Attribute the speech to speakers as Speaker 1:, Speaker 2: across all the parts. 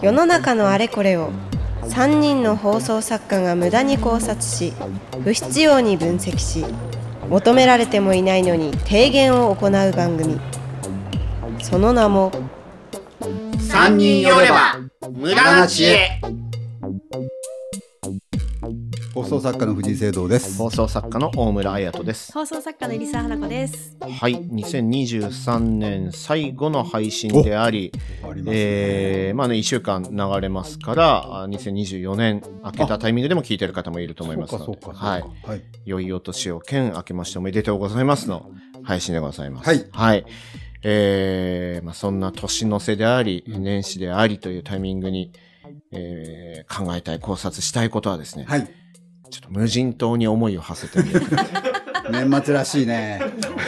Speaker 1: 世の中のあれこれを3人の放送作家が無駄に考察し不必要に分析し求められてもいないのに提言を行う番組その名も
Speaker 2: 三人寄れば無駄な知恵
Speaker 3: 放送作家の藤井聖堂です。
Speaker 4: 放送作家の大村彩人です。
Speaker 5: 放送作家の入澤花子です。
Speaker 4: はい、2023年最後の配信であり、
Speaker 3: ありますね
Speaker 4: えー、まあね、1週間流れますから、あ2024年明けたタイミングでも聞いてる方もいると思いますの
Speaker 3: そう
Speaker 4: で
Speaker 3: かそうかそう、か。
Speaker 4: はい。
Speaker 3: はい。
Speaker 4: 良いお年を兼明けましておめでとうございますの配信でございます。
Speaker 3: はい
Speaker 4: はい。えー、まあそんな年の瀬であり、
Speaker 3: うん
Speaker 4: 年始でありというタイミングに、えー、考えたい、考察したいことはですね、
Speaker 3: はい。
Speaker 4: ちょっと無人島に思いを馳せてみる。
Speaker 3: 年末らしいね。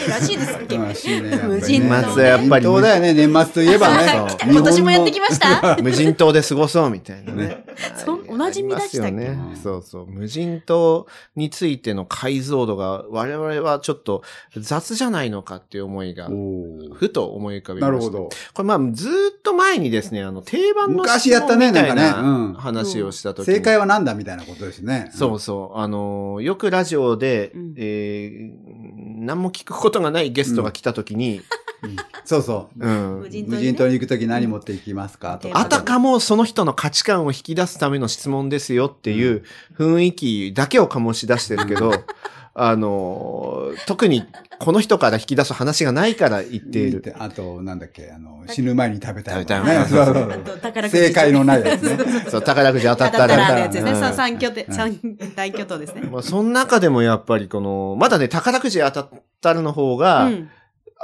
Speaker 5: らしいですっけ。
Speaker 3: らしいね。
Speaker 5: 無人島
Speaker 3: やっぱりね無人島
Speaker 4: やっぱり
Speaker 5: 年末は
Speaker 3: だよね。年末といえばね
Speaker 4: そう。
Speaker 3: 本の
Speaker 5: 今年もやってきました。
Speaker 4: 無人島で過ごそうみたいなね。
Speaker 3: ね。
Speaker 5: そん同じ見出したっけ
Speaker 4: ありますよね。そうそう。無人島についての解像度が我々はちょっと雑じゃないのかっていう思いが
Speaker 3: お、ー
Speaker 4: ふと思い浮かびま
Speaker 3: な
Speaker 4: した。
Speaker 3: るほ。ど。
Speaker 4: これまあずーっと前にですね、あの定番の
Speaker 3: 昔やったね
Speaker 4: 質問みい
Speaker 3: なんかねうん
Speaker 4: 話をした時に
Speaker 3: 正解はなんだみたいなことですね。
Speaker 4: そうそう。あのーよくラジオで、
Speaker 5: うん
Speaker 4: えー何も聞くことがないゲストが来た時に、
Speaker 3: うん。そうそう。
Speaker 4: うん
Speaker 5: 無人島
Speaker 3: 無
Speaker 5: に
Speaker 3: 人島
Speaker 5: ね。
Speaker 3: に行くとき何持っていきますかとか。
Speaker 4: あたかもその人の価値観を引き出すための質問ですよっていう雰囲気だけを醸し出してるけ ど、あの、特にこの人から引き出す話がないから言ってい
Speaker 3: 見
Speaker 4: る
Speaker 3: て。あと、なんだっけ、あの、死ぬ前に食べたいも
Speaker 4: 食
Speaker 3: の
Speaker 4: べた
Speaker 3: ね。
Speaker 4: いもの
Speaker 3: そうそう
Speaker 5: あ
Speaker 3: そ
Speaker 5: と
Speaker 3: う
Speaker 5: 宝くじ。
Speaker 3: 正解のないや つね。
Speaker 4: そう、宝くじ当た
Speaker 5: 当
Speaker 4: ったた
Speaker 5: ったら
Speaker 4: ら。
Speaker 5: のやつですね。
Speaker 4: うん
Speaker 5: さ三巨頭、
Speaker 3: うん
Speaker 5: 三大巨頭ですね。
Speaker 4: まあ、その中でもやっぱりこの、まだね、宝くじ当たったらの方が、
Speaker 5: うん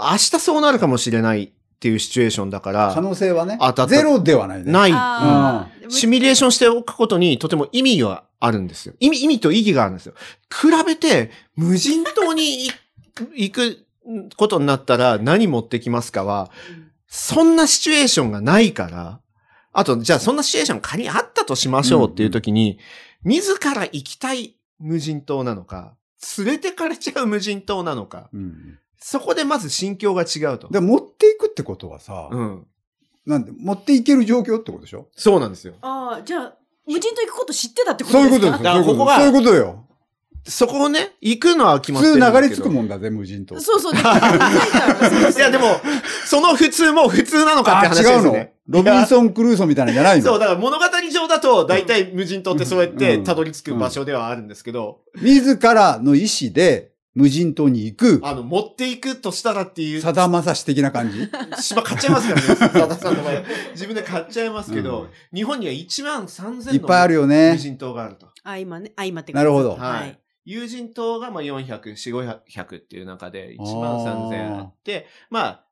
Speaker 4: 明日そうなるかもしれないっていうシチュエーションだか
Speaker 3: 可
Speaker 4: ら、
Speaker 3: 能性はね
Speaker 4: 当たった、
Speaker 3: ゼロではないね。
Speaker 4: ない。
Speaker 5: あー
Speaker 4: シミュレーションしておくことにとても意味があるんですよ。意味、意味と意義があるんですよ。比べて、無人島にい行くことになったら何持ってきますかは、そんなシチュエーションがないから、あと、じゃあそんなシチュエーション仮にあったとしましょうっていう時に、自ら行きたい無人島なのか、連れてかれちゃう無人島なのか、
Speaker 3: うん
Speaker 4: そこでまず心境が違うと。
Speaker 3: で、持っていくってことはさ、
Speaker 4: うん。
Speaker 3: なんで、持っていける状況ってことでしょ
Speaker 4: そうなんですよ。
Speaker 5: あー、じゃあ、無人島行くこと知ってたってこと
Speaker 3: そういうこと
Speaker 5: です
Speaker 3: です
Speaker 5: か
Speaker 3: よ。
Speaker 4: だからここが
Speaker 3: そういうことよ。
Speaker 4: そこをね、行くのは決ま
Speaker 3: 普
Speaker 4: ってる
Speaker 3: 通
Speaker 4: んだけど。
Speaker 3: 流れ着くもんだぜ、無人島。
Speaker 5: そうそう。でもなん
Speaker 4: い
Speaker 5: か
Speaker 4: や、でも、その普通も普通なのかって
Speaker 3: あ、
Speaker 4: 話で
Speaker 3: 違う
Speaker 4: す
Speaker 3: の
Speaker 4: よね。
Speaker 3: ロビンソン・クルーソンみたいなんじゃない
Speaker 4: そう、
Speaker 3: の
Speaker 4: だから物語上だと、大体無人島ってそうやっ
Speaker 3: う
Speaker 4: て
Speaker 3: ん
Speaker 4: たどり着く場所ではあるんですけど、
Speaker 3: 自らの意思で無人島に行く、
Speaker 4: あの、持っていくとしたらっていう、
Speaker 3: さだまさし的な感じ
Speaker 4: 島買っちゃいますからね、佐田さん の場合。自分で買っちゃいますけ
Speaker 3: う
Speaker 4: ど
Speaker 3: ん、
Speaker 4: 日本には1万3000の
Speaker 3: いっぱいあるよ
Speaker 4: 無
Speaker 3: ね。
Speaker 4: 人島があると。
Speaker 5: あ、今ね。あ、今ってこ
Speaker 3: な
Speaker 5: と
Speaker 3: るほど。
Speaker 4: は
Speaker 5: はいい。
Speaker 4: 有人島がまあ400、4、500っていう中で1万3000あって、まあ、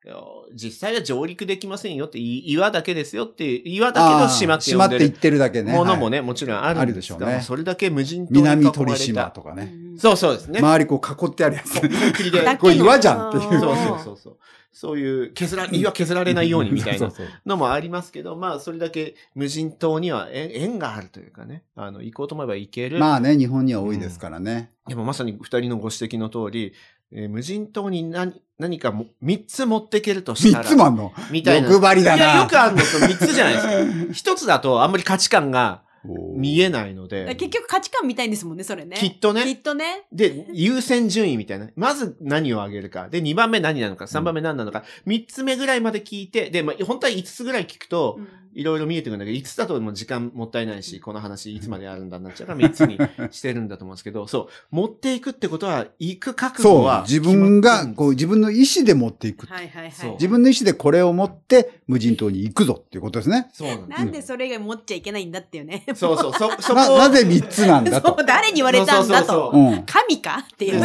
Speaker 4: 実際は上陸できませんよって、い岩だけですよっていう、岩だけど島って呼
Speaker 3: あー
Speaker 4: ん
Speaker 3: 島
Speaker 4: で
Speaker 3: って
Speaker 4: る
Speaker 3: 言ってるだけね。
Speaker 4: ものも
Speaker 3: はい
Speaker 4: ね、もちろんあるんですが
Speaker 3: あるでしょうね
Speaker 4: まあそれだけ無人島に囲まれた
Speaker 3: 南鳥島とか
Speaker 5: う
Speaker 3: ね。
Speaker 5: ん
Speaker 4: そうそうですね。
Speaker 3: 周りこう囲ってあるやつ。
Speaker 4: コンクリで。
Speaker 5: だけの
Speaker 3: これ岩じゃんっていう
Speaker 4: そうそうそうそう。そういう、削ら、岩削られないようにみたい
Speaker 3: そう
Speaker 4: な
Speaker 3: そうそう
Speaker 4: のもありますけど、まあ、それだけ無人島にはえ縁があるというかね、あの、行こうと思えば行ける。
Speaker 3: まあね、日本には多いですからね。
Speaker 4: でもまさに二人のご指摘の通り、えー無人島に何、何かも三つ持っていけるとした
Speaker 3: 三
Speaker 4: ら。
Speaker 3: つもあんの。
Speaker 4: みたいな。
Speaker 3: 欲張りだ
Speaker 4: いや、よ
Speaker 3: な。
Speaker 4: くあるのと三つじゃないです か。一つだとあんまり価値観が見えないの で。
Speaker 5: 結局価値観みたいですもんね、それね。
Speaker 4: きっとね
Speaker 5: きっとね。
Speaker 4: で、優先順位みたいな。まず何をあげるか。で、2番目何なのか。3番目何なのか。3つ目ぐらいまで聞いて、で、まあ、本当は5つぐらい聞くと
Speaker 5: う、ん
Speaker 4: いろいろ見えてくるんだけど、5つだともう時間もったいないし、この話いつまであるんだになっちゃうから3つにしてるんだと思うんですけど、そう、持っていくってことは、行く覚悟
Speaker 3: そう
Speaker 4: は。
Speaker 3: 自分が、こう、
Speaker 4: う、
Speaker 3: 自分の意思で持っていく。
Speaker 5: はいはいは
Speaker 4: そう
Speaker 5: い。
Speaker 3: 自分の意思でこれを持って無人島に行くぞっていうことですね。
Speaker 4: そうなんです。
Speaker 5: なんでそれ以外持っちゃいけないんだっていうね。
Speaker 4: そうそう、そ、そこ
Speaker 3: な、なぜ三つなんだ と
Speaker 5: そう。誰に言われたんだ
Speaker 4: そうそうそ。
Speaker 5: と
Speaker 3: うんうん
Speaker 5: 神かっていう。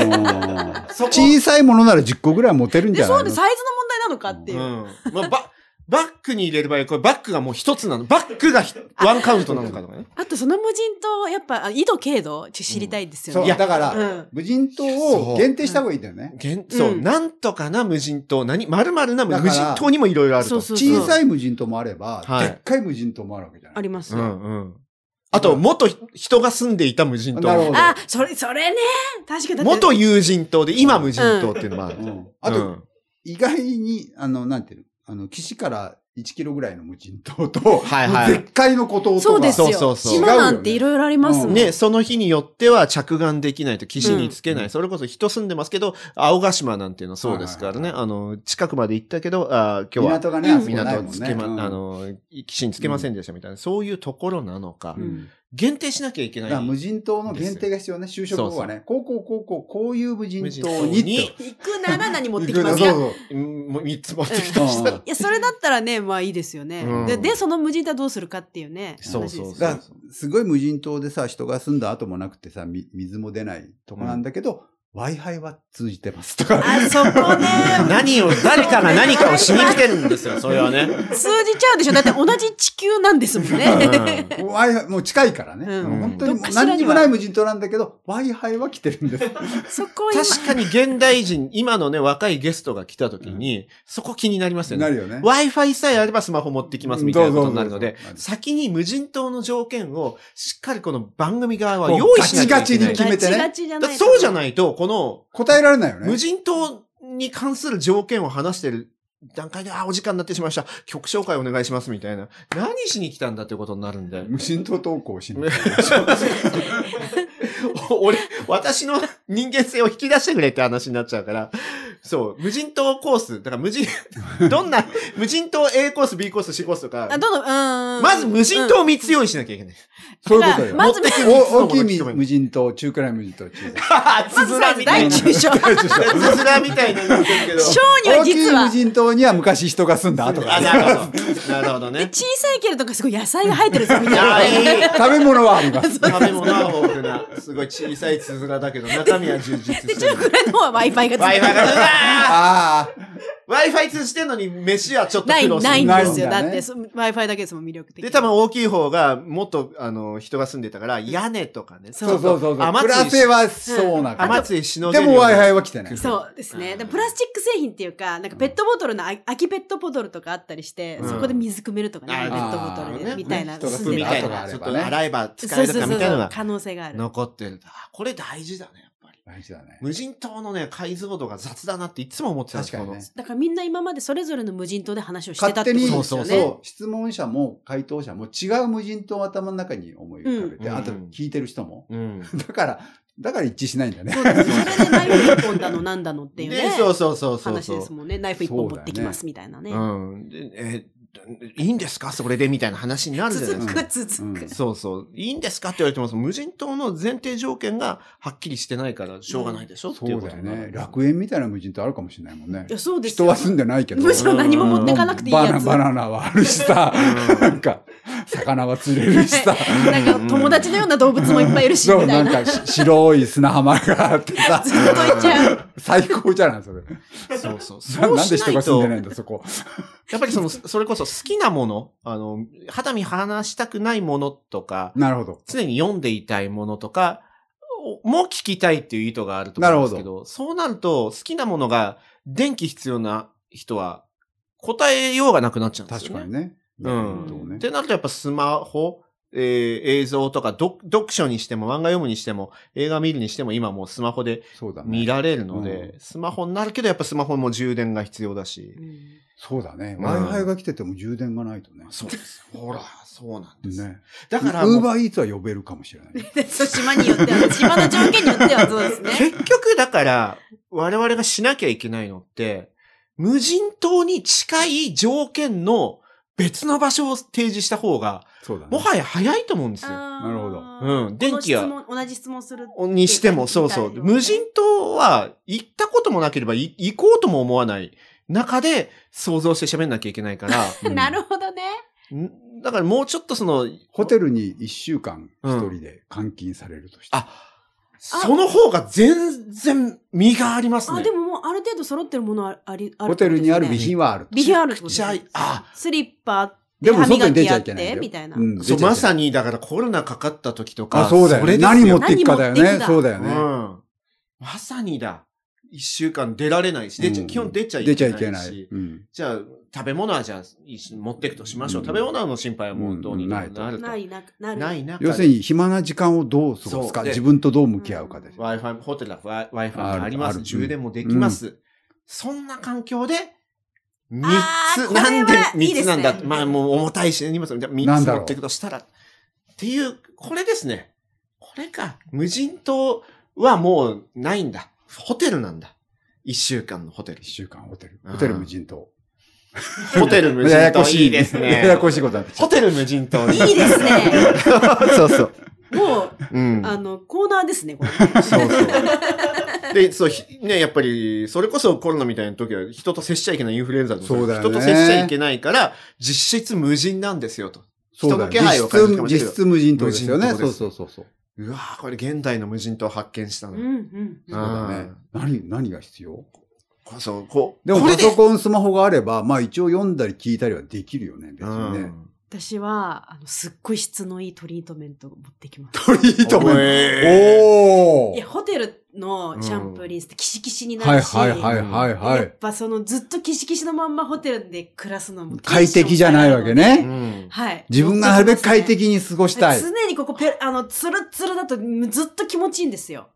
Speaker 4: そこ
Speaker 3: 小さいものなら10個ぐらい持てるんじ
Speaker 5: で、
Speaker 3: ゃな
Speaker 5: そう
Speaker 3: いの
Speaker 5: で、サイズの問題なのかっていう
Speaker 4: ん。
Speaker 5: う。
Speaker 4: まあ、ば、バックに入れる場合、これバックがもう一つなの。バックがひワンカウントなのかとかね。
Speaker 5: あと、その無人島、やっぱ、あ緯度、経度、ちょ知りたいですよ
Speaker 3: そう、
Speaker 5: ね。
Speaker 3: だから、
Speaker 5: うん
Speaker 3: 無人島を限定した方がいいんだよね。
Speaker 4: げんそう、
Speaker 5: うん
Speaker 4: なんとかな無人島、何、まるまるな無
Speaker 3: だから
Speaker 4: 人島にもいろいろあると。
Speaker 5: そうそうそう
Speaker 3: 小さい無人島もあれば、
Speaker 4: はい
Speaker 3: でっかい無人島もあるわけじゃな
Speaker 5: あ
Speaker 3: い。
Speaker 5: ります
Speaker 4: う
Speaker 5: よ。
Speaker 4: んうん。あと、元ひ人が住んでいた無人
Speaker 3: なるほ
Speaker 4: 島。
Speaker 3: ど。
Speaker 5: あ、それ、それね。確かに。だって
Speaker 4: 元友人島で今無人島っていうのもある。
Speaker 3: うんあと、
Speaker 4: うん
Speaker 3: 意外に、あの、なんていうの、あの、岸から1キロぐらいの無人島と、
Speaker 4: はいはい
Speaker 3: 絶海の孤島とか。
Speaker 5: そうですよ。
Speaker 4: そうそうそう
Speaker 5: 島なんていろいろありますもん。
Speaker 4: ね、その日によっては着岸できないと岸につけない。それこそ人住んでますけど、青ヶ島なんていうのはそうですからね。あの、近くまで行ったけど、あ今日は
Speaker 3: 港がね、あそこない
Speaker 4: 港
Speaker 3: もんね
Speaker 4: つけま、
Speaker 3: うん
Speaker 4: あの、岸につけませんでしたみたいな、そういうところなのか
Speaker 3: う。ん
Speaker 4: 限定しなきゃいけ
Speaker 3: だ
Speaker 4: な
Speaker 3: から無
Speaker 4: い。
Speaker 3: 人島の限定が必要ね。就職後はね、こうこうこうこう、こういう無人島
Speaker 4: 無人島
Speaker 3: に
Speaker 4: に
Speaker 3: って。
Speaker 5: 行くなら何持ってき
Speaker 3: 行く
Speaker 5: ま
Speaker 3: な
Speaker 5: すか
Speaker 3: そう
Speaker 4: うんもう3つ持ってき
Speaker 3: そ
Speaker 4: た
Speaker 3: う
Speaker 4: りしたら
Speaker 3: うん
Speaker 5: いや、それだったらね、まあいいですよね。
Speaker 4: うん
Speaker 5: でで、その無人島どうするかっていうね。
Speaker 4: そう
Speaker 5: 話ですよ
Speaker 4: そうそう
Speaker 3: がすごい無人島でさ、人が住んだ後もなくてさ、み水も出ないとこなんだけど、Wi-Fi は通じてますとか。
Speaker 5: あ、そこね。
Speaker 4: 何を、誰かが何かをしに来てるんです よ、それはね。
Speaker 5: 通じちゃうでしょ。だって同じ地球なんですもんね。
Speaker 3: Wi-Fi もう近いからね。
Speaker 5: うん
Speaker 3: もう本当に
Speaker 5: どっかしらには
Speaker 3: 何にもない無人島なんだけど、Wi-Fi は来てるんです。
Speaker 5: そこは今
Speaker 4: 確かに現代人、今のね、若いゲストが来た時に、そこ気になりますよね
Speaker 3: な。るよね。
Speaker 4: Wi-Fi さえあればスマホ持ってきますみたいなことになるので
Speaker 3: そうそうそう、そう
Speaker 4: 先に無人島の条件をしっかりこの番組側は用意しなきゃいけない。
Speaker 3: ガチガチに決めてね
Speaker 5: ガチガチじゃ
Speaker 4: だ
Speaker 5: な
Speaker 4: って
Speaker 5: い。。
Speaker 4: そうじゃないいと、この
Speaker 3: 答えられないよね。
Speaker 4: 無人島に関する条件を話してる段階で、あ、お時間になってしまいました。曲紹介お願いしますみたいな。何しに来たんだってことになるんで。
Speaker 3: 無人島投稿しない。
Speaker 4: お 俺、私の人間性を引き出してくれって話になっちゃうから、そう、無人島コース、だから無人、どんな、無人島 A コース、B コース、C コースとか
Speaker 5: あ、、どんどん、うんうん。
Speaker 4: まず無人島を3つ用意しなきゃいけない。
Speaker 3: そういうことよ。
Speaker 5: まず
Speaker 4: 持ってくる
Speaker 3: お大きい
Speaker 4: 人も
Speaker 3: 無人島、中くらい無人島、小さい。
Speaker 5: ま
Speaker 4: つ
Speaker 5: ず
Speaker 4: づ
Speaker 5: ま
Speaker 4: ら
Speaker 5: ず
Speaker 4: みたい
Speaker 5: 第
Speaker 4: な。
Speaker 5: 一
Speaker 4: つ
Speaker 5: 印象。小
Speaker 4: づらみたいなの言ってるけど。
Speaker 5: には
Speaker 3: 大き
Speaker 5: 実
Speaker 3: い無
Speaker 5: は。
Speaker 3: 人島には昔人が住んだ後が
Speaker 4: あ、
Speaker 3: ある。
Speaker 4: なるほど。なるほど
Speaker 5: で
Speaker 4: ね。
Speaker 5: 小さいけれどなんかすごい野菜が生えてるぞみたいな。
Speaker 4: あいい。
Speaker 3: 食べ物はあります。
Speaker 4: 食べ物は豊富な、すごい小さいつづらだけど、中身は充実
Speaker 5: で、
Speaker 4: して
Speaker 5: 中
Speaker 4: る。
Speaker 5: くらいの方は Wi-Fi が
Speaker 4: Wi-Fi
Speaker 5: いてる。
Speaker 4: が、
Speaker 3: ああ。
Speaker 4: Wi-Fi 通じてんのに飯はちょっと
Speaker 5: ない、
Speaker 4: 苦労する。
Speaker 5: ないんですよ。
Speaker 3: な
Speaker 5: だ
Speaker 3: いんだね
Speaker 5: って、そ Wi-Fi だけですもん、魅力的。
Speaker 4: で、多分大きい方が、もっと、あの、人が住んでたから、屋根とかね。
Speaker 3: そうそうそうそう。
Speaker 4: 雨
Speaker 3: プラ
Speaker 4: つ
Speaker 3: ス
Speaker 4: い、
Speaker 3: はそうな
Speaker 4: 雨
Speaker 3: 感
Speaker 4: ついしの
Speaker 3: じ。
Speaker 4: げ
Speaker 3: で
Speaker 4: るよ
Speaker 3: も Wi-Fi は来てない。
Speaker 5: そうですね。でプラスチック製品っていうか、なんかペットボトルのあ空きペットボトルとかあったりして、
Speaker 4: うん
Speaker 5: そこで水汲めるとかね、
Speaker 4: あー
Speaker 5: ペットボトル
Speaker 4: なるほどね
Speaker 5: でみたいな、
Speaker 3: 人が
Speaker 5: 住
Speaker 4: 服
Speaker 5: ん
Speaker 3: 住ん
Speaker 5: で
Speaker 4: み
Speaker 5: る
Speaker 3: だ
Speaker 4: たい
Speaker 3: 後
Speaker 4: な、
Speaker 3: があ
Speaker 4: ち
Speaker 3: れ
Speaker 4: ょっ
Speaker 3: ば
Speaker 4: と
Speaker 3: ね
Speaker 4: 洗えば使
Speaker 5: そう
Speaker 4: える
Speaker 5: そう
Speaker 4: か
Speaker 5: そ
Speaker 4: み
Speaker 5: う
Speaker 4: たいなの
Speaker 5: そう、
Speaker 4: が
Speaker 5: 可能性がある。
Speaker 4: 残ってる。あこれ大事だね、やっぱり。
Speaker 3: 大事だね。
Speaker 4: 無人島のね、解像度が雑だなっていつも思ってたんで
Speaker 3: 確
Speaker 4: す
Speaker 3: かにね。
Speaker 5: だからみんな今までそれぞれの無人島で話をしてたっ
Speaker 3: 勝
Speaker 5: て
Speaker 3: 手
Speaker 5: こ
Speaker 3: に、
Speaker 5: と
Speaker 4: そ
Speaker 5: で
Speaker 4: う
Speaker 5: す
Speaker 4: そ
Speaker 5: よ
Speaker 4: う
Speaker 5: ね。
Speaker 3: そう質問者も回答者も違う無人島を頭の中に思い浮かべて、
Speaker 4: うん
Speaker 3: あと聞いてる人も。
Speaker 4: この。うん。
Speaker 3: だから、だから一致しないんだね。
Speaker 5: そうですねそれでナイフ一本だのなんだのっていうね
Speaker 4: で、。そうそうそうそう
Speaker 5: 話
Speaker 4: そ
Speaker 5: で
Speaker 4: う
Speaker 5: す。もんね。ナイフ一本持ってきますみたいなね。
Speaker 4: うん。でえ、いいんですかそれでみたいな話になるじゃないです
Speaker 5: 続
Speaker 4: か。
Speaker 5: く続く。
Speaker 4: そうそう。いいんですかって言われてます。無人島の前提条件がはっきりしてないから、しょうがないでしょ、ってい
Speaker 3: そうう
Speaker 4: こ
Speaker 3: だ
Speaker 4: と
Speaker 3: よ
Speaker 4: にな
Speaker 3: ね。
Speaker 4: る
Speaker 3: 楽園みたいな無人島あるかもしれないもんね
Speaker 5: い。や、そうです
Speaker 3: 人
Speaker 5: よ
Speaker 3: は住んでないけど。
Speaker 5: むしろ何も持ってかなくていいやつ。
Speaker 3: バナバナナはあるしさ、なんか、魚は釣れるし さ、
Speaker 5: なんか友達のような動物もいっぱいいる し、
Speaker 3: そ
Speaker 5: み
Speaker 3: う、
Speaker 5: た
Speaker 3: ないん
Speaker 5: な。
Speaker 3: かし白い砂浜があって さ、
Speaker 5: ずっといっちゃう。
Speaker 3: 最高じゃない、それ。
Speaker 4: そうそう。
Speaker 3: な
Speaker 4: そう
Speaker 3: なんで
Speaker 4: しな
Speaker 3: 人
Speaker 4: い
Speaker 3: が住ん
Speaker 4: と
Speaker 3: で、ないんだ、そこ。
Speaker 4: やっぱりその、それこそ好きなもの、あの、肌身離したくないものとか、
Speaker 3: なるほど。
Speaker 4: 常に読んでいたいものとか、おもう聞きたいっていう意図があると思うんですけ
Speaker 3: なる
Speaker 4: ど、そうなると、好きなものが電気必要な人は、答えようがなくなっちゃうんですよ
Speaker 3: 確
Speaker 4: ね。
Speaker 3: かにね。
Speaker 4: うん
Speaker 3: どね
Speaker 4: ってなるとやっぱスマホ、えー映像とか読読書にしても漫画読むにしても映画見るにしても今もうスマホで
Speaker 3: そうだ
Speaker 4: 見
Speaker 3: ね。
Speaker 4: られるので、
Speaker 3: う
Speaker 4: スマホになるけどやっぱスマホも充電が必要だし。
Speaker 3: そうだね。
Speaker 4: うん
Speaker 3: Wi-Fi が来てても充電がないとね。
Speaker 4: そうです。ほら、そうなんです。
Speaker 3: ね。
Speaker 4: だからも
Speaker 3: ウー
Speaker 4: う、
Speaker 3: バーイーツは呼べるかもしれない。
Speaker 5: でそう島によっては、島の条件によってはそうですね。
Speaker 4: 結局だから我々がしなきゃいけないのって、無人島に近い条件の別の場所を提示した方が、
Speaker 3: そうだね。
Speaker 4: もはや早いと思うんですよ。
Speaker 5: な
Speaker 3: るほど
Speaker 4: うん電気は
Speaker 5: は。この質問同じ質問する。
Speaker 4: にしても、そうそう。無人島は行ったこともなければい行こうとも思わない中で想像して喋んなきゃいけないから、
Speaker 3: うん
Speaker 5: なるほどね。
Speaker 4: んだからもうちょっとその、
Speaker 3: ホテルに1週間
Speaker 4: うん
Speaker 3: 1人で監禁されるとして。
Speaker 4: あ、その方が全然身があります
Speaker 5: あ、
Speaker 4: ね
Speaker 5: で。ももうある程度揃ってるものはあり、ある
Speaker 3: ホテルにある
Speaker 5: ってこ
Speaker 3: 備
Speaker 5: とですね
Speaker 3: 品はある。
Speaker 5: 備品あるってこと
Speaker 4: じゃ
Speaker 5: で
Speaker 4: あ
Speaker 5: すね、
Speaker 4: あ、
Speaker 5: スリッパ、
Speaker 3: でも
Speaker 5: 歯
Speaker 3: 外
Speaker 5: 磨
Speaker 3: に出
Speaker 5: き
Speaker 3: ちゃ
Speaker 5: あ
Speaker 3: い
Speaker 5: っ
Speaker 3: けないんだ
Speaker 5: て、
Speaker 3: よ。
Speaker 5: みたいな。
Speaker 3: うん
Speaker 4: そう、
Speaker 3: 出ちゃ
Speaker 4: まさ。
Speaker 3: いけない
Speaker 4: にだからコロナかかった時とか、
Speaker 3: あ、そうだよ
Speaker 4: れ
Speaker 3: ね。
Speaker 4: です
Speaker 3: 何持っていくかだよ
Speaker 5: 何持ってい
Speaker 3: ね。
Speaker 5: くか
Speaker 3: そうだよね。
Speaker 4: うん。まさにだ。一週間出られないし、出ちゃ
Speaker 3: うん
Speaker 4: 基本出ちゃいけ
Speaker 3: 出
Speaker 4: ないし。
Speaker 3: ちゃいけない。うん
Speaker 4: じゃあ、食べ物はじゃあ、一緒に持ってくとしましょう。
Speaker 3: うん
Speaker 4: 食べ物の心配はもうどうにで
Speaker 3: う
Speaker 4: も
Speaker 3: んないと
Speaker 4: なると。
Speaker 5: ない、な、なる。
Speaker 4: ない中で
Speaker 3: 要するに、暇な時間をどう過ごす
Speaker 4: そう
Speaker 3: か、
Speaker 4: で
Speaker 3: 自分とどう向き合うかで。
Speaker 4: Wi-Fi、ホテルは Wi- Wi-Fi
Speaker 3: ある
Speaker 4: がありま
Speaker 3: あ
Speaker 4: す。
Speaker 3: る
Speaker 4: 充電もできます。そんな環境で、三
Speaker 5: あー
Speaker 4: つ、
Speaker 5: これは
Speaker 4: なんで
Speaker 5: い
Speaker 4: 三
Speaker 5: いで
Speaker 4: つ
Speaker 5: すね
Speaker 4: なんだってまあもう重たいし、荷物みたい
Speaker 3: な
Speaker 4: な三
Speaker 3: ん
Speaker 4: つ
Speaker 3: だ
Speaker 4: 持
Speaker 3: ろう
Speaker 4: っていくとしたら、っていう、これですね。これか。無人島はもうないんだ。ホテルなんだ。一週間のホテル
Speaker 3: 一。週間ホテル。
Speaker 4: うん
Speaker 3: ホテル無人島。
Speaker 4: ホテル無
Speaker 3: や
Speaker 4: 人
Speaker 3: やこ
Speaker 4: 島
Speaker 3: しい。
Speaker 4: いいです
Speaker 3: やや
Speaker 4: ね。
Speaker 3: こしいことになってきた
Speaker 4: ホテル無人島
Speaker 5: いいですね。
Speaker 4: そうそう。
Speaker 5: もう、
Speaker 4: うん。
Speaker 5: あの、コーナーですね、これ。
Speaker 4: そうそう。 で、そう、ひね、やっぱり、それこそコロナみたいな時は人と接しちゃいけないインフルエンザでも
Speaker 3: そうだよね
Speaker 4: 人と接しちゃいけないから、実質無人なんですよと。
Speaker 3: そうだ
Speaker 4: 人
Speaker 3: よ
Speaker 4: の気配を感じるか
Speaker 3: 実
Speaker 4: も
Speaker 3: 質
Speaker 4: しれ
Speaker 3: 実
Speaker 4: ない
Speaker 3: 質無人島ですよね。
Speaker 4: 無人島
Speaker 3: そう
Speaker 4: です
Speaker 3: そうそうそう。
Speaker 4: うわぁ、これ現代の無人島発見したの。
Speaker 5: うんうんうん。
Speaker 3: そうだね。何、何が必要
Speaker 4: こそう、こう。
Speaker 3: でも
Speaker 4: こ
Speaker 3: パ
Speaker 4: れ
Speaker 3: ソコン、スマホがあれば、まあ一応読んだり聞いたりはできるよね、別に
Speaker 4: う
Speaker 3: ね。
Speaker 4: ん
Speaker 5: 私は、あの、すっごい質のいいトリートメントを持ってきま す。
Speaker 3: トリートメント。
Speaker 4: え
Speaker 3: お
Speaker 4: ー
Speaker 5: いや、
Speaker 3: ー
Speaker 5: ホテルのシャンプーリンスってキシキシにな
Speaker 3: はい
Speaker 5: るし、
Speaker 3: はいはいはいは
Speaker 5: やっ
Speaker 3: い。
Speaker 5: ぱそのずっとキシキシのまんまホテルで暮らすのも
Speaker 3: 快適じゃないわけ。
Speaker 4: う
Speaker 3: ね。
Speaker 4: ん。
Speaker 5: はい。
Speaker 3: 自分がなるべく快適に過ごしたい。
Speaker 5: 常にここペ、あの、つるつるだとずっと気持ちいいんですよ。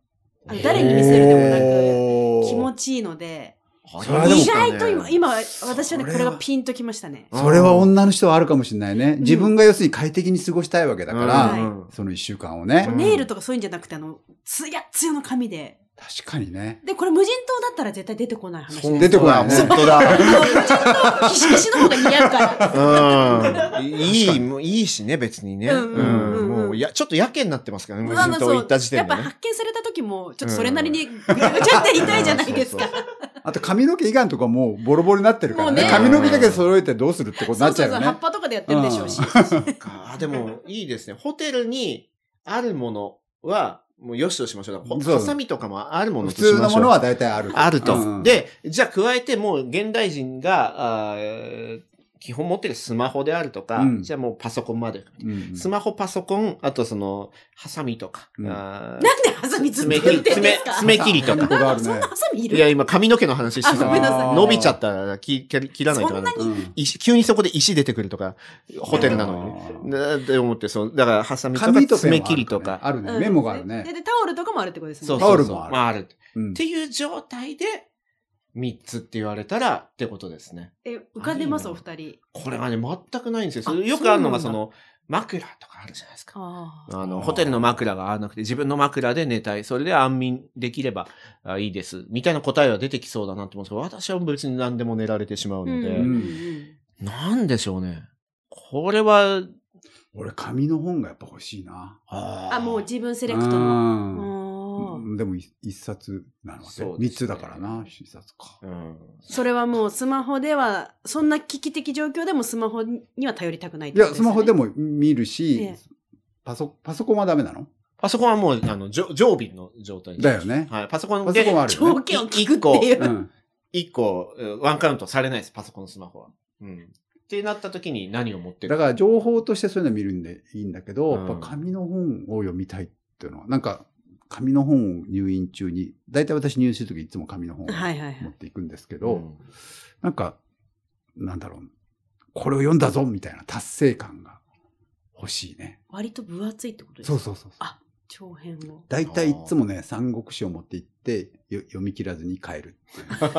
Speaker 5: あの誰に見せるでもなく、気持
Speaker 3: ち
Speaker 5: ちいいので、
Speaker 3: それはでも
Speaker 5: 意外と今、今、
Speaker 3: それは
Speaker 5: 私はね、これがピンときましたね。
Speaker 3: それは女の人はあるかもしれないね。自分が要するに快適に過ごしたいわけだか
Speaker 5: う
Speaker 3: ら、
Speaker 5: ん
Speaker 3: その一週間をね
Speaker 4: うん。
Speaker 5: ネイルとかそういうんじゃなくて、あの、つやっつやの髪で。
Speaker 3: 確かにね。
Speaker 5: で、これ無人島だったら絶対出てこない話です。
Speaker 3: 出てこないね
Speaker 4: 本当だ。
Speaker 5: あの無人島、キシキシの方が似合うから。
Speaker 4: うんいい、もういいしね、別にね。
Speaker 5: うんうんうん
Speaker 4: うんもう、や、ちょっとやけになってます からね、無
Speaker 5: まあ
Speaker 4: 人
Speaker 5: まあ
Speaker 4: 島
Speaker 5: そう
Speaker 4: 行った時
Speaker 5: や
Speaker 4: 点で
Speaker 5: っぱ
Speaker 4: ね。
Speaker 5: 発見された時も、ちょっとそれなりにぐちゃぐちゃって痛いじゃないですか。
Speaker 4: うん。そうそう
Speaker 3: あと髪の毛以外のとこはもうボロボロになってるからね。
Speaker 5: もうね
Speaker 3: 髪の毛だけ揃えてどうするってことに
Speaker 5: そ
Speaker 3: な
Speaker 5: う
Speaker 3: っちゃう
Speaker 5: そうそ
Speaker 3: よ
Speaker 5: う、
Speaker 3: ね。
Speaker 5: 葉っぱとかでやってるでしょうし。
Speaker 4: そうかあ でも、いいですね。ホテルにあるものは、もうよしとしましょう。ほ
Speaker 3: そう
Speaker 4: ハサミとかもあるもの
Speaker 3: 普
Speaker 4: としましょ
Speaker 3: 通
Speaker 4: う。
Speaker 3: のものは大体ある。
Speaker 4: あると。
Speaker 3: うん
Speaker 4: で、じゃあ加えてもう現代人が、あー基本持ってるスマホであるとか、
Speaker 3: うん
Speaker 4: じゃあもうパソコンまで。
Speaker 3: うん
Speaker 4: スマホ、パソコン、あとその、ハサミとか、
Speaker 3: うん
Speaker 4: あー
Speaker 5: なんでハサミずっと
Speaker 4: 爪
Speaker 5: 言
Speaker 4: 切り、
Speaker 5: ってん
Speaker 4: 爪
Speaker 5: ですか、
Speaker 4: 爪切りと
Speaker 3: そんな
Speaker 4: か。
Speaker 3: こ
Speaker 5: あ
Speaker 3: とある
Speaker 5: そん
Speaker 3: ね
Speaker 5: な。ハサミいる
Speaker 4: いや、今髪の毛の話して
Speaker 5: あ
Speaker 4: た
Speaker 5: ごめんなさい
Speaker 4: 伸びちゃったら切切切らないとかな
Speaker 5: そん
Speaker 3: う
Speaker 5: なに
Speaker 3: ん
Speaker 4: 石急にそこで石出てくるとか、ホテルなのに。
Speaker 3: に。
Speaker 4: なって思って、そう、だから、ハサミとか、
Speaker 3: 髪とペンはある
Speaker 4: 爪切りとか、
Speaker 3: あるね。
Speaker 5: うん
Speaker 3: メモがある
Speaker 5: で
Speaker 3: ね。
Speaker 5: で、タオルとかもあるってことですね。
Speaker 4: そう
Speaker 3: タ
Speaker 4: そ
Speaker 3: オ
Speaker 4: う
Speaker 3: ル
Speaker 4: そう、
Speaker 3: もある
Speaker 4: まあある。っ
Speaker 3: うん
Speaker 4: ていう状態で、3つって言われたら、ってことですね。
Speaker 5: え、浮かんでます、
Speaker 4: あい
Speaker 5: お
Speaker 4: いね
Speaker 5: 二人。
Speaker 4: これがね、全くないんですよ。そ
Speaker 5: あ
Speaker 4: れよくあるのが、
Speaker 5: そ
Speaker 4: そう
Speaker 5: な
Speaker 4: の、枕とかあるじゃないですか。
Speaker 5: ああ。
Speaker 4: あの、ホテルの枕が合わなくて、自分の枕で寝たい。それで安眠できればあいいです。みたいな答えは出てきそうだなって思うんですけど、私は別に何でも寝られてしまう
Speaker 5: う
Speaker 4: の
Speaker 5: ん
Speaker 4: で、
Speaker 5: うんうん
Speaker 4: なんでしょうね。これは、
Speaker 3: 俺、紙の本がやっぱ欲しいな。
Speaker 4: あー
Speaker 5: あ、もう自分セ
Speaker 3: セ
Speaker 5: レクトの。あー
Speaker 3: でも、い一冊なので
Speaker 4: そうです
Speaker 3: 三つ
Speaker 4: ね
Speaker 3: だからな、一冊か。
Speaker 4: うん。
Speaker 5: それはもうスマホでは、そんな危機的状況でもスマホには頼りたくないっ
Speaker 3: い
Speaker 5: てこ
Speaker 3: や、
Speaker 5: と
Speaker 3: スマホで
Speaker 5: も。
Speaker 3: も見るし、
Speaker 5: ええ
Speaker 3: パソ、パソコンはダメなの
Speaker 4: パソコンはもう、あの、じょ常備の状態です
Speaker 3: だよね
Speaker 4: はい。パソコン
Speaker 3: パ
Speaker 4: で、
Speaker 3: ソコンはあるよ
Speaker 5: 条
Speaker 3: ね。
Speaker 5: 件を聞くっていう。
Speaker 3: うん。
Speaker 4: 一個、うんワンカウントされないです、パソコン、スマホは。うん。ってなった時に何を持って
Speaker 3: だ
Speaker 4: る
Speaker 3: から情報としてそういうの見るんでいいんだけど、
Speaker 4: うん
Speaker 3: やっぱ紙の本を読みたいっていうのは、なんか、紙の本を入院中に、だいたい私入院するときいつも紙の本を
Speaker 5: は
Speaker 3: 持
Speaker 5: いはいはい
Speaker 3: っ。ていくんですけど、
Speaker 4: うん
Speaker 3: なんか、なんだろう、これを読んだぞみたいな達成感が欲しいね。
Speaker 5: 割と分厚いってことです
Speaker 3: そう
Speaker 5: か
Speaker 3: そうそうそう。
Speaker 5: あ長編を。
Speaker 3: 大体いつもね、三国志を持って行って、よ読み切らずに帰る。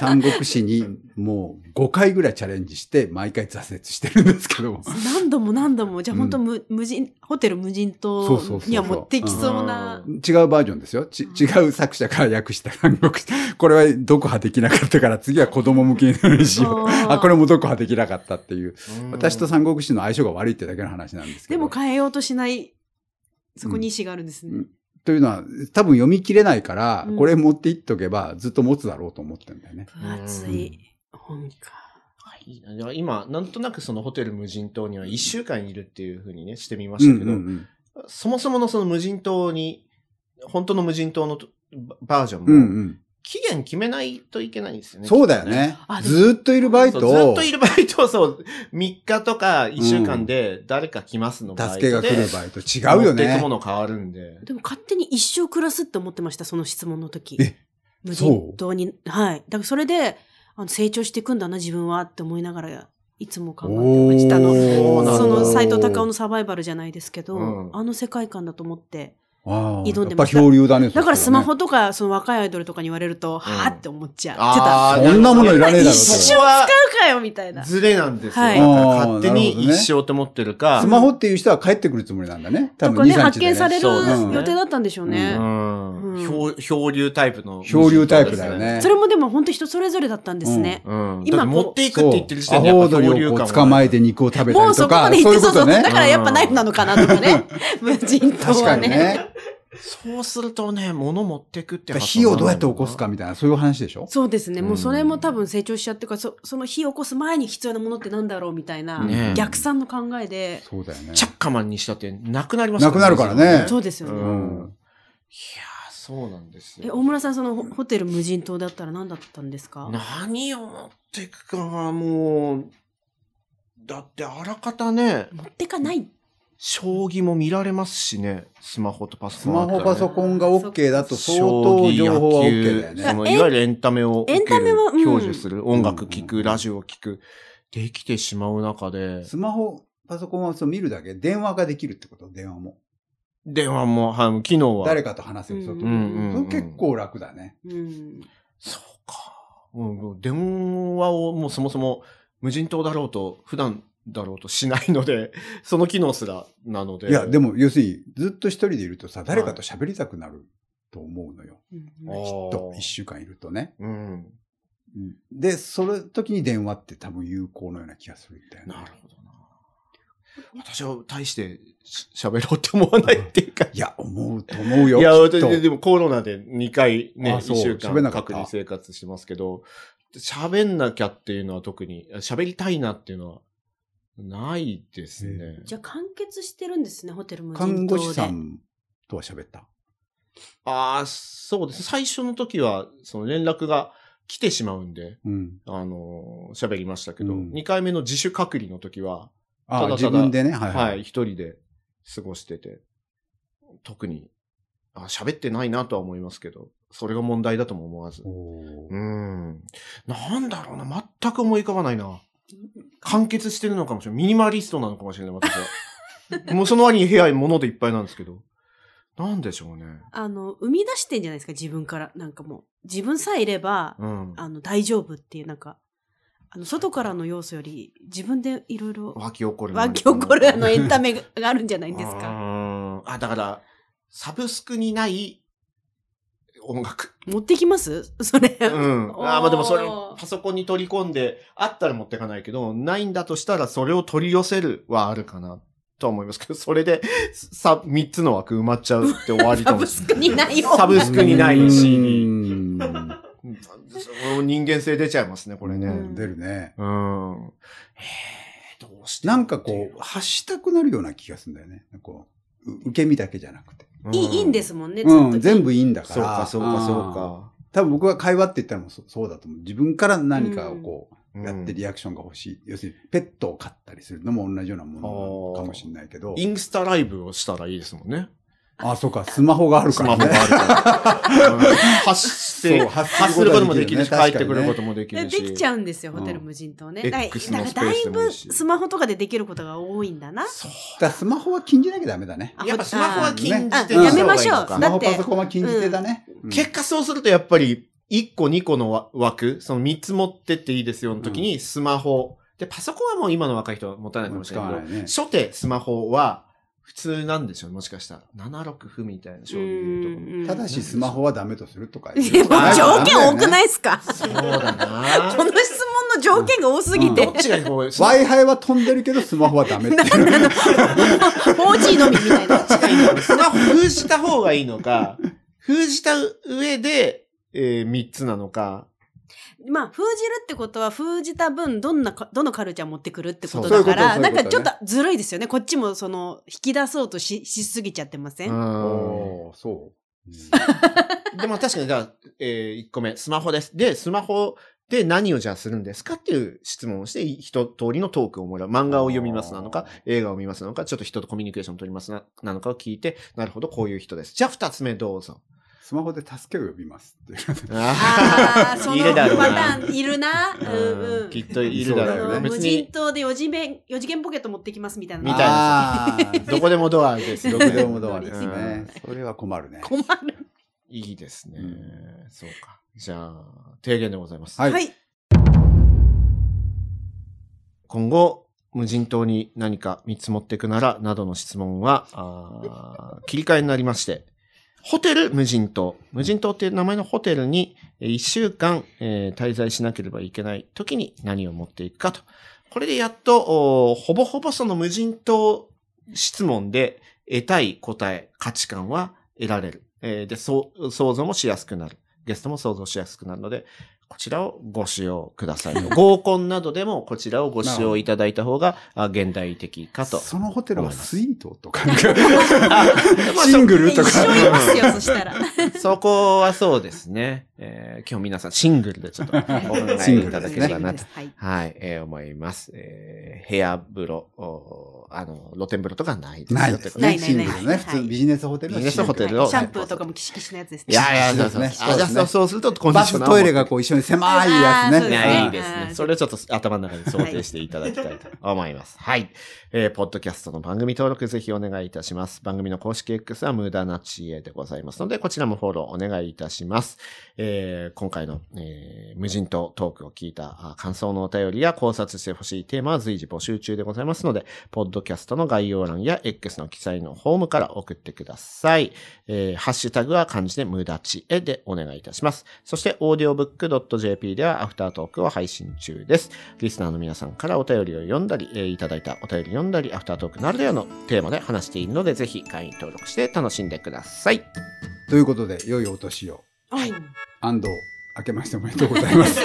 Speaker 3: 三国志にもう5回ぐらいチャレンジして、毎回挫折してるんですけども。
Speaker 5: 何度も何度も、じゃあ
Speaker 3: うん
Speaker 5: 本当無、無人、ホテル無人
Speaker 3: そうそ
Speaker 5: 島
Speaker 3: うそうそう
Speaker 5: には持ってきそうな。
Speaker 3: 違うバージョンですよ。ち違う作者から訳した韓国史。 これは読破できなかったから次は子供向けにしよう。
Speaker 5: あー
Speaker 3: あ、これも読破できなかったっていう。
Speaker 4: うん
Speaker 3: 私と三国志の相性が悪いってだけの話なんですけ
Speaker 5: で
Speaker 3: ど。
Speaker 5: も変えようとしない、そこに意思があるんです
Speaker 3: う
Speaker 5: ね
Speaker 3: ん。というのは多分読み切れないから、
Speaker 5: うん
Speaker 3: これ持っていっとけばずっと持つだろうと思ってんだよね。
Speaker 5: 分厚い本か。
Speaker 4: いいないや今、なんとなくそのホテル無人島には1週間いるっていうふうにね、してみま
Speaker 3: う
Speaker 4: し
Speaker 3: ん
Speaker 4: た
Speaker 3: う
Speaker 4: け
Speaker 3: ん
Speaker 4: ど、
Speaker 3: うん。
Speaker 4: そもそものその無人島に、本当の無人島のとババージョンも、
Speaker 3: うんうん。
Speaker 4: 期限決めないといけないんですよね。
Speaker 3: そうだよね
Speaker 5: あ。でも
Speaker 3: ずーっといる場合
Speaker 4: そ
Speaker 3: と、
Speaker 4: うずっといる場合 と、そう、3日とか1週間で誰か来ますの場合
Speaker 3: 助けが来る場合と違うよ
Speaker 4: 持っていく
Speaker 3: ね。
Speaker 4: もの変わるんで。
Speaker 5: でも勝手に一生暮らすって思ってました、その質問の時。
Speaker 3: え
Speaker 5: 無
Speaker 3: そう
Speaker 5: 人島に。はい。だからそれで、あの成長していくんだな、自分はって思いながら、いつも考えてました。あ
Speaker 4: そ
Speaker 5: の、
Speaker 4: うなんだ
Speaker 5: その斎藤隆夫
Speaker 3: の
Speaker 5: のサバイバルじゃないですけど、
Speaker 4: うん
Speaker 5: あの世界観だと思って、
Speaker 3: ああ
Speaker 5: 挑ん
Speaker 3: や
Speaker 5: で
Speaker 3: っぱ
Speaker 5: ました
Speaker 3: 漂流だね。
Speaker 5: だから
Speaker 3: そ
Speaker 5: ス
Speaker 3: したね
Speaker 5: マホとか、その若いアイドルとかに言われると、はあって思っちゃう。てた。
Speaker 4: あー
Speaker 3: そんなものいらねえだろ。
Speaker 5: 一
Speaker 3: そ
Speaker 5: 生
Speaker 3: れは
Speaker 5: 使うかよ、みたいな。
Speaker 4: ズレなんですよ。
Speaker 5: はい
Speaker 4: だから勝手
Speaker 3: あーなるほ
Speaker 4: に
Speaker 3: どね
Speaker 4: 一生って思ってるか。
Speaker 3: スマホっていう人は帰ってくるつもりなんだね。多
Speaker 5: と
Speaker 3: 分
Speaker 5: か
Speaker 3: 2、
Speaker 5: ね、
Speaker 3: 3
Speaker 5: 発見される
Speaker 4: そうですね
Speaker 5: 予定だったんでしょうね。
Speaker 4: うん
Speaker 5: うん
Speaker 4: 漂漂流タイプの。
Speaker 3: 漂流タイプだよ。ね。
Speaker 5: それもでも本当人それぞれだったんですね。
Speaker 4: うん。今
Speaker 5: 今こう
Speaker 4: 持っていくっ
Speaker 3: そう
Speaker 4: て言ってる時点でやっぱ漂流
Speaker 3: アホ鳥を
Speaker 4: 感
Speaker 3: こう捕まえて肉を食べた
Speaker 5: も
Speaker 3: りと
Speaker 5: うそこま
Speaker 3: か、
Speaker 5: で
Speaker 3: そ
Speaker 5: 行
Speaker 3: う
Speaker 5: っ
Speaker 3: いう
Speaker 5: て
Speaker 3: こ
Speaker 5: そうそ
Speaker 3: と
Speaker 5: う。だ
Speaker 3: ね。
Speaker 5: からやっぱナイフなのかなとかね。 無人島
Speaker 3: 確
Speaker 5: は
Speaker 3: かに
Speaker 5: ね。
Speaker 3: ね。
Speaker 4: そうするとね、物持っていくって発想
Speaker 3: 火をどうやって起こすか
Speaker 4: なんだ
Speaker 3: みたいな、そういう話でしょ
Speaker 5: そうですね。もうそれ
Speaker 4: う
Speaker 5: も
Speaker 4: ん
Speaker 5: 多分成長しちゃってるから、そその火を起こす前に必要なものってなんだろうみたいな、
Speaker 4: ねえ
Speaker 5: 逆算の考えで。
Speaker 3: そうだよね
Speaker 4: ろうな。チャッカマンにしたってなくなります
Speaker 3: なくなるからね
Speaker 5: そうですよ
Speaker 4: う
Speaker 5: ね。
Speaker 4: ん。い
Speaker 3: うん
Speaker 4: やー、そうなんです
Speaker 5: え、
Speaker 4: よ。
Speaker 5: 大村さん、そのホホテル無人島だったら何だったんですか
Speaker 4: 何を持っていくかがもう、だってあらかたね、
Speaker 5: 持ってかない。
Speaker 4: 将棋も見られますしね、スマホとパソ
Speaker 3: ス
Speaker 4: コ
Speaker 3: マ
Speaker 4: ンだったら
Speaker 3: ホ、
Speaker 4: ね。
Speaker 3: パソコンが OK だと相当情報は OK だよ
Speaker 4: そ
Speaker 3: ね。
Speaker 4: の
Speaker 5: え
Speaker 4: いわゆるエンタメを受ける
Speaker 5: エンタメはうん
Speaker 4: 享受する、音楽聴
Speaker 3: うん
Speaker 4: く、ラジオ聴く、できてしまう中で、
Speaker 3: スマホ、パソコンはそう見るだけ、電話ができるってこと電話も。
Speaker 4: 電話も、はい、機能は。
Speaker 3: 誰かと話せる。そううんそ
Speaker 4: うんうんう
Speaker 3: れ
Speaker 4: ん。
Speaker 3: 結構楽だね。
Speaker 5: うん。
Speaker 4: そうか。うん、電話をもうそもそも無人島だろうと、普段だろうとしないので、 その機能すらなので。
Speaker 3: いや、で
Speaker 4: も、
Speaker 3: も要するに、ずっと一人でいるとさ、誰かと喋りたくなると思うのよ。
Speaker 5: うん
Speaker 4: あー
Speaker 3: と、一週間いるとね。
Speaker 4: うん。
Speaker 3: で、その時に電話って多分有効のような気がするんだよね。
Speaker 4: なるほどな。私は大してし喋ろうって思わないっていうか。
Speaker 3: いや、思うと思うよ。
Speaker 4: いや、
Speaker 3: きっ
Speaker 4: 私
Speaker 3: と
Speaker 4: ねでもコロナで2回ね、
Speaker 3: あそ
Speaker 4: 1
Speaker 3: う
Speaker 4: 週
Speaker 3: 喋んな
Speaker 4: 間
Speaker 3: かった
Speaker 4: 隔離生活してますけど、喋んなきゃっていうのは特に、喋りたいなっていうのはないですね。
Speaker 5: じゃあ完結してるんですね、ホテル無人島で。
Speaker 3: 看護師さんとは喋った。
Speaker 4: ああ、そうです。最初の時は、その連絡が来てしまうんで、
Speaker 3: うん。
Speaker 4: あのー喋りましたけど、
Speaker 3: うん
Speaker 4: 2回目の自主隔離の時は、
Speaker 3: あ
Speaker 4: ただた
Speaker 3: 自
Speaker 4: だ
Speaker 3: 分でね、はい、
Speaker 4: はい、一人で過ごしてて、特に、あ喋ってないなとは思いますけど、それが問題だとも思わず。
Speaker 3: おー
Speaker 4: うん。なんだろうな、全く思い浮かばないな。完結してるのかもしれない。ミニマリストなのかもしれない、私 は。もうその割に部屋に物でいっぱいなんですけど。なんでしょうね。
Speaker 5: あの、生み出してんじゃないですか、自分から。なんかもう。自分さえいれば、
Speaker 4: うん。
Speaker 5: あの、大丈夫っていう、なんか、あの、外からの要素より、自分でいろいろ、
Speaker 4: 湧き起こる。
Speaker 5: 湧き起こるあの、エンタ
Speaker 4: メ
Speaker 5: メがあるんじゃないんです
Speaker 4: う
Speaker 5: か。
Speaker 4: ん。 あ、だから、サブスクにない音楽。
Speaker 5: 持ってきます それ。
Speaker 4: うん。あーまあでもそれ
Speaker 5: お
Speaker 4: を
Speaker 5: ー
Speaker 4: パソコンに取り込んで、あったら持ってかないけど、ないんだとしたらそれを取り寄せるはあるかな。とは思いますけど、それで、 さ、三つの枠埋まっちゃうって終わりか
Speaker 5: サ
Speaker 4: も
Speaker 5: ブ
Speaker 4: し
Speaker 5: ス
Speaker 4: れ
Speaker 5: ク
Speaker 4: ない。
Speaker 5: にないよ。
Speaker 4: サブスクにない CD。
Speaker 3: うーん
Speaker 4: うん人間性出ちゃいますね、これ
Speaker 3: う
Speaker 4: ね。
Speaker 3: ん出るね。
Speaker 4: うん。へえどうして
Speaker 3: なんかこう、発したくなるような気がするんだよね。こう、う受け身だけじゃなくて。
Speaker 4: うん、
Speaker 5: いいいいんですもんね、ずっと。
Speaker 3: うん、全部いいんだから。
Speaker 4: そうか、そうか、そう
Speaker 3: うん。
Speaker 4: か。
Speaker 3: 多分僕は会話って言ったらもうそそうだと思う。自分から何かをこう、やって
Speaker 4: り
Speaker 3: リアクションが欲しい。要するに、ペットを飼ったりするのも同じようなものかもしれないけど。
Speaker 4: インスタライブをしたらいいですもんね。
Speaker 3: あ、そうか、スマホがある
Speaker 4: ス
Speaker 3: か
Speaker 4: マ
Speaker 3: ら
Speaker 4: ホが
Speaker 3: ね。
Speaker 4: あるから。うん発
Speaker 3: そ
Speaker 4: 生
Speaker 3: う発
Speaker 4: 発することもできるし、
Speaker 3: ね
Speaker 4: 帰ってくるこ
Speaker 3: 確か
Speaker 4: ともでき
Speaker 5: で
Speaker 4: る
Speaker 5: で
Speaker 4: し。
Speaker 5: きちゃうんですよ、
Speaker 3: うん
Speaker 5: ホテル無人島ね。だから
Speaker 4: X のスペ
Speaker 5: だから
Speaker 4: ー
Speaker 5: だ
Speaker 4: ス
Speaker 5: い
Speaker 4: でもい
Speaker 5: ぶ
Speaker 4: いし。
Speaker 5: スマホとかでできることが多いんだな。
Speaker 4: そう
Speaker 3: にねだからスマホは禁じなきゃダメだね。
Speaker 5: あ
Speaker 4: やっぱスマホは禁じて
Speaker 3: あや
Speaker 4: した
Speaker 3: め
Speaker 4: 方が
Speaker 5: ま
Speaker 4: いい
Speaker 5: しょう
Speaker 4: の
Speaker 3: ス
Speaker 4: か
Speaker 3: マ
Speaker 5: だ
Speaker 3: ホ、
Speaker 5: って
Speaker 3: パソコンは禁じ手だね。うん
Speaker 4: 結果そうするとやっぱり、1個2個のわ枠、その3つ持ってっていいですよの時に、スマホ。で、パソコンはもう今の若い人は持たないかもしれないけど
Speaker 3: もう使わないね
Speaker 4: 初手スマホは普通なんでしょうねもしかしたら。7六歩みたいな将棋でいうとこ。
Speaker 3: ただし、ス
Speaker 5: マ
Speaker 3: マホはダメとするとか。
Speaker 5: 条件多くない
Speaker 3: い
Speaker 5: で すか
Speaker 4: そうだ
Speaker 5: こ
Speaker 4: な
Speaker 5: の質問の条件が多すぎて
Speaker 4: どっ、ちがこう、ワイ
Speaker 3: ?Wi-Fi は飛んでるけど、スマホはダメっていう。
Speaker 5: 4G のみみたいな。
Speaker 4: スマホ封じた方がいいのか、封じた上で、えー、3つなのか。
Speaker 5: まあ、封じるってことは、封じた分、どんなか、どのカルチャー持ってくるってこと
Speaker 4: そう
Speaker 5: だか
Speaker 3: そ
Speaker 5: ら、
Speaker 3: ういう
Speaker 5: なん
Speaker 3: こと
Speaker 5: か
Speaker 3: そういうこと
Speaker 5: ちょっとずるいですよね。こっちも、その、引き出そうとし、しすぎちゃってません、
Speaker 4: うん
Speaker 3: おーそう。
Speaker 4: でも確かに、じゃあ、えー、1個目、スマホです。で、スマホで何をじゃあするんですかっていう質問をして、一通りのトークをもらう。漫画を読みますなのか、映画を見ますなのか、ちょっと人とコミュニケーションを取りますな、なのかを聞いて、なるほど、こういう人です。じゃあ、二つ目どうぞ。
Speaker 3: スマホで助けを呼びますっていう。
Speaker 4: あ
Speaker 5: ああ、その
Speaker 2: いるだろうな
Speaker 5: パターンいるな。
Speaker 4: ー
Speaker 5: うんうん。
Speaker 4: きっといるだ
Speaker 5: あ
Speaker 4: ろう
Speaker 5: の
Speaker 4: ね。
Speaker 5: 無
Speaker 4: 別
Speaker 5: 人
Speaker 4: に、
Speaker 5: 島で4次元、四次元ポケット持ってきますみたいな。
Speaker 4: みたいな
Speaker 3: あー
Speaker 4: どこでもドアです。
Speaker 3: どこでもドアです
Speaker 4: う
Speaker 3: ね
Speaker 4: ん。
Speaker 3: それは困るね。
Speaker 4: 困る。いいですね
Speaker 3: う。
Speaker 4: そうか。じゃあ、提言でございます。
Speaker 3: はい
Speaker 5: はい。
Speaker 4: 今後、無人島に何か見積もっていくなら、などの質問は、あー切り替えになりまして、ホテル無人島。無人島っていう名前のホテルに、1週間、えー滞在しなければいけない時に何を持っていくかと。これでやっと、おーほぼほぼその無人島質問で得たい答え、価値観は得られる。えーで、そう、想像もしやすくなる。ゲストも想像しやすくなるので、こちらをご使用くださいと。合コンなどでもこちらをご使用いただいた方が、あ現代的かと。
Speaker 3: そのホテルはスイートとか、
Speaker 4: まあ
Speaker 3: シングル
Speaker 5: 一
Speaker 3: とか。
Speaker 5: 生いますよ、そしたら。
Speaker 4: そこはそうですね。 えー今日皆さんシングルでちょっとお考
Speaker 3: シン
Speaker 4: え
Speaker 3: グル
Speaker 4: いただ
Speaker 3: です
Speaker 4: け
Speaker 3: ね
Speaker 4: ればなと。
Speaker 5: はい。
Speaker 4: はい、えー思います。えー部屋風呂、おーあの、露天風呂とかはないですよ
Speaker 3: ないです
Speaker 5: な
Speaker 3: ね。
Speaker 5: いないない
Speaker 3: シングル
Speaker 5: はい
Speaker 3: ね。普通ビジネスホテルは
Speaker 4: ビジネスホテルを
Speaker 5: シャンプーとかもキシキシのやつです
Speaker 4: い
Speaker 5: ね。
Speaker 4: やいや、
Speaker 3: そうう
Speaker 4: そで
Speaker 3: ですす
Speaker 4: ね
Speaker 3: ね。
Speaker 4: あじゃあそうそうすると、コンディ
Speaker 3: バ
Speaker 4: ショ
Speaker 3: ス
Speaker 4: ナーも
Speaker 3: トイレがこう一緒に狭いやつ
Speaker 5: あーそう
Speaker 4: い
Speaker 5: です
Speaker 4: や、いい
Speaker 5: ね
Speaker 3: ね。
Speaker 4: ですね
Speaker 5: う。ん
Speaker 4: それをちょっと頭の中に想定していただきたいと思います。はい。えー、ポッドキャストの番組登録ぜひお願いいたします。番組の公式 X は無駄な知恵でございますので、こちらもフォローお願いいたします。えー、今回の、えー無人島トークを聞いたあ感想のお便りや考察してほしいテーマは随時募集中でございますので、ポッドキャストの概要欄や X の記載のホームから送ってください。えーハッシュタグは漢字で無駄知恵でお願いいたします。そして、audiobook.jp ではアフタートークを配信中です。リスナーの皆さんからお便りを読んだり、えーいただいたお便りを読んだり、アフタートークならではのテーマで話しているので、ぜひ会員登録して楽しんでください。
Speaker 3: ということで、良いお年を。
Speaker 5: はい。
Speaker 3: 安藤、明けましておめでとうござい ます。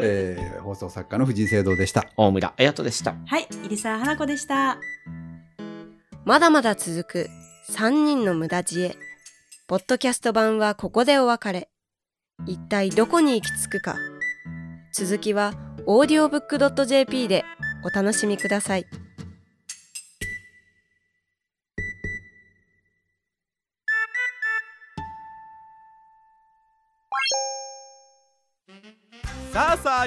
Speaker 3: えー放送作家の藤井聖堂でした。
Speaker 4: 大村彩人でした。
Speaker 5: はい。入沢花子でした。
Speaker 1: まだまだ続く3人の無駄知恵。ポッドキャスト版はここでお別れ。一体どこに行き着くか。続きは audiobook.jp でお楽しみください。
Speaker 6: さあさあ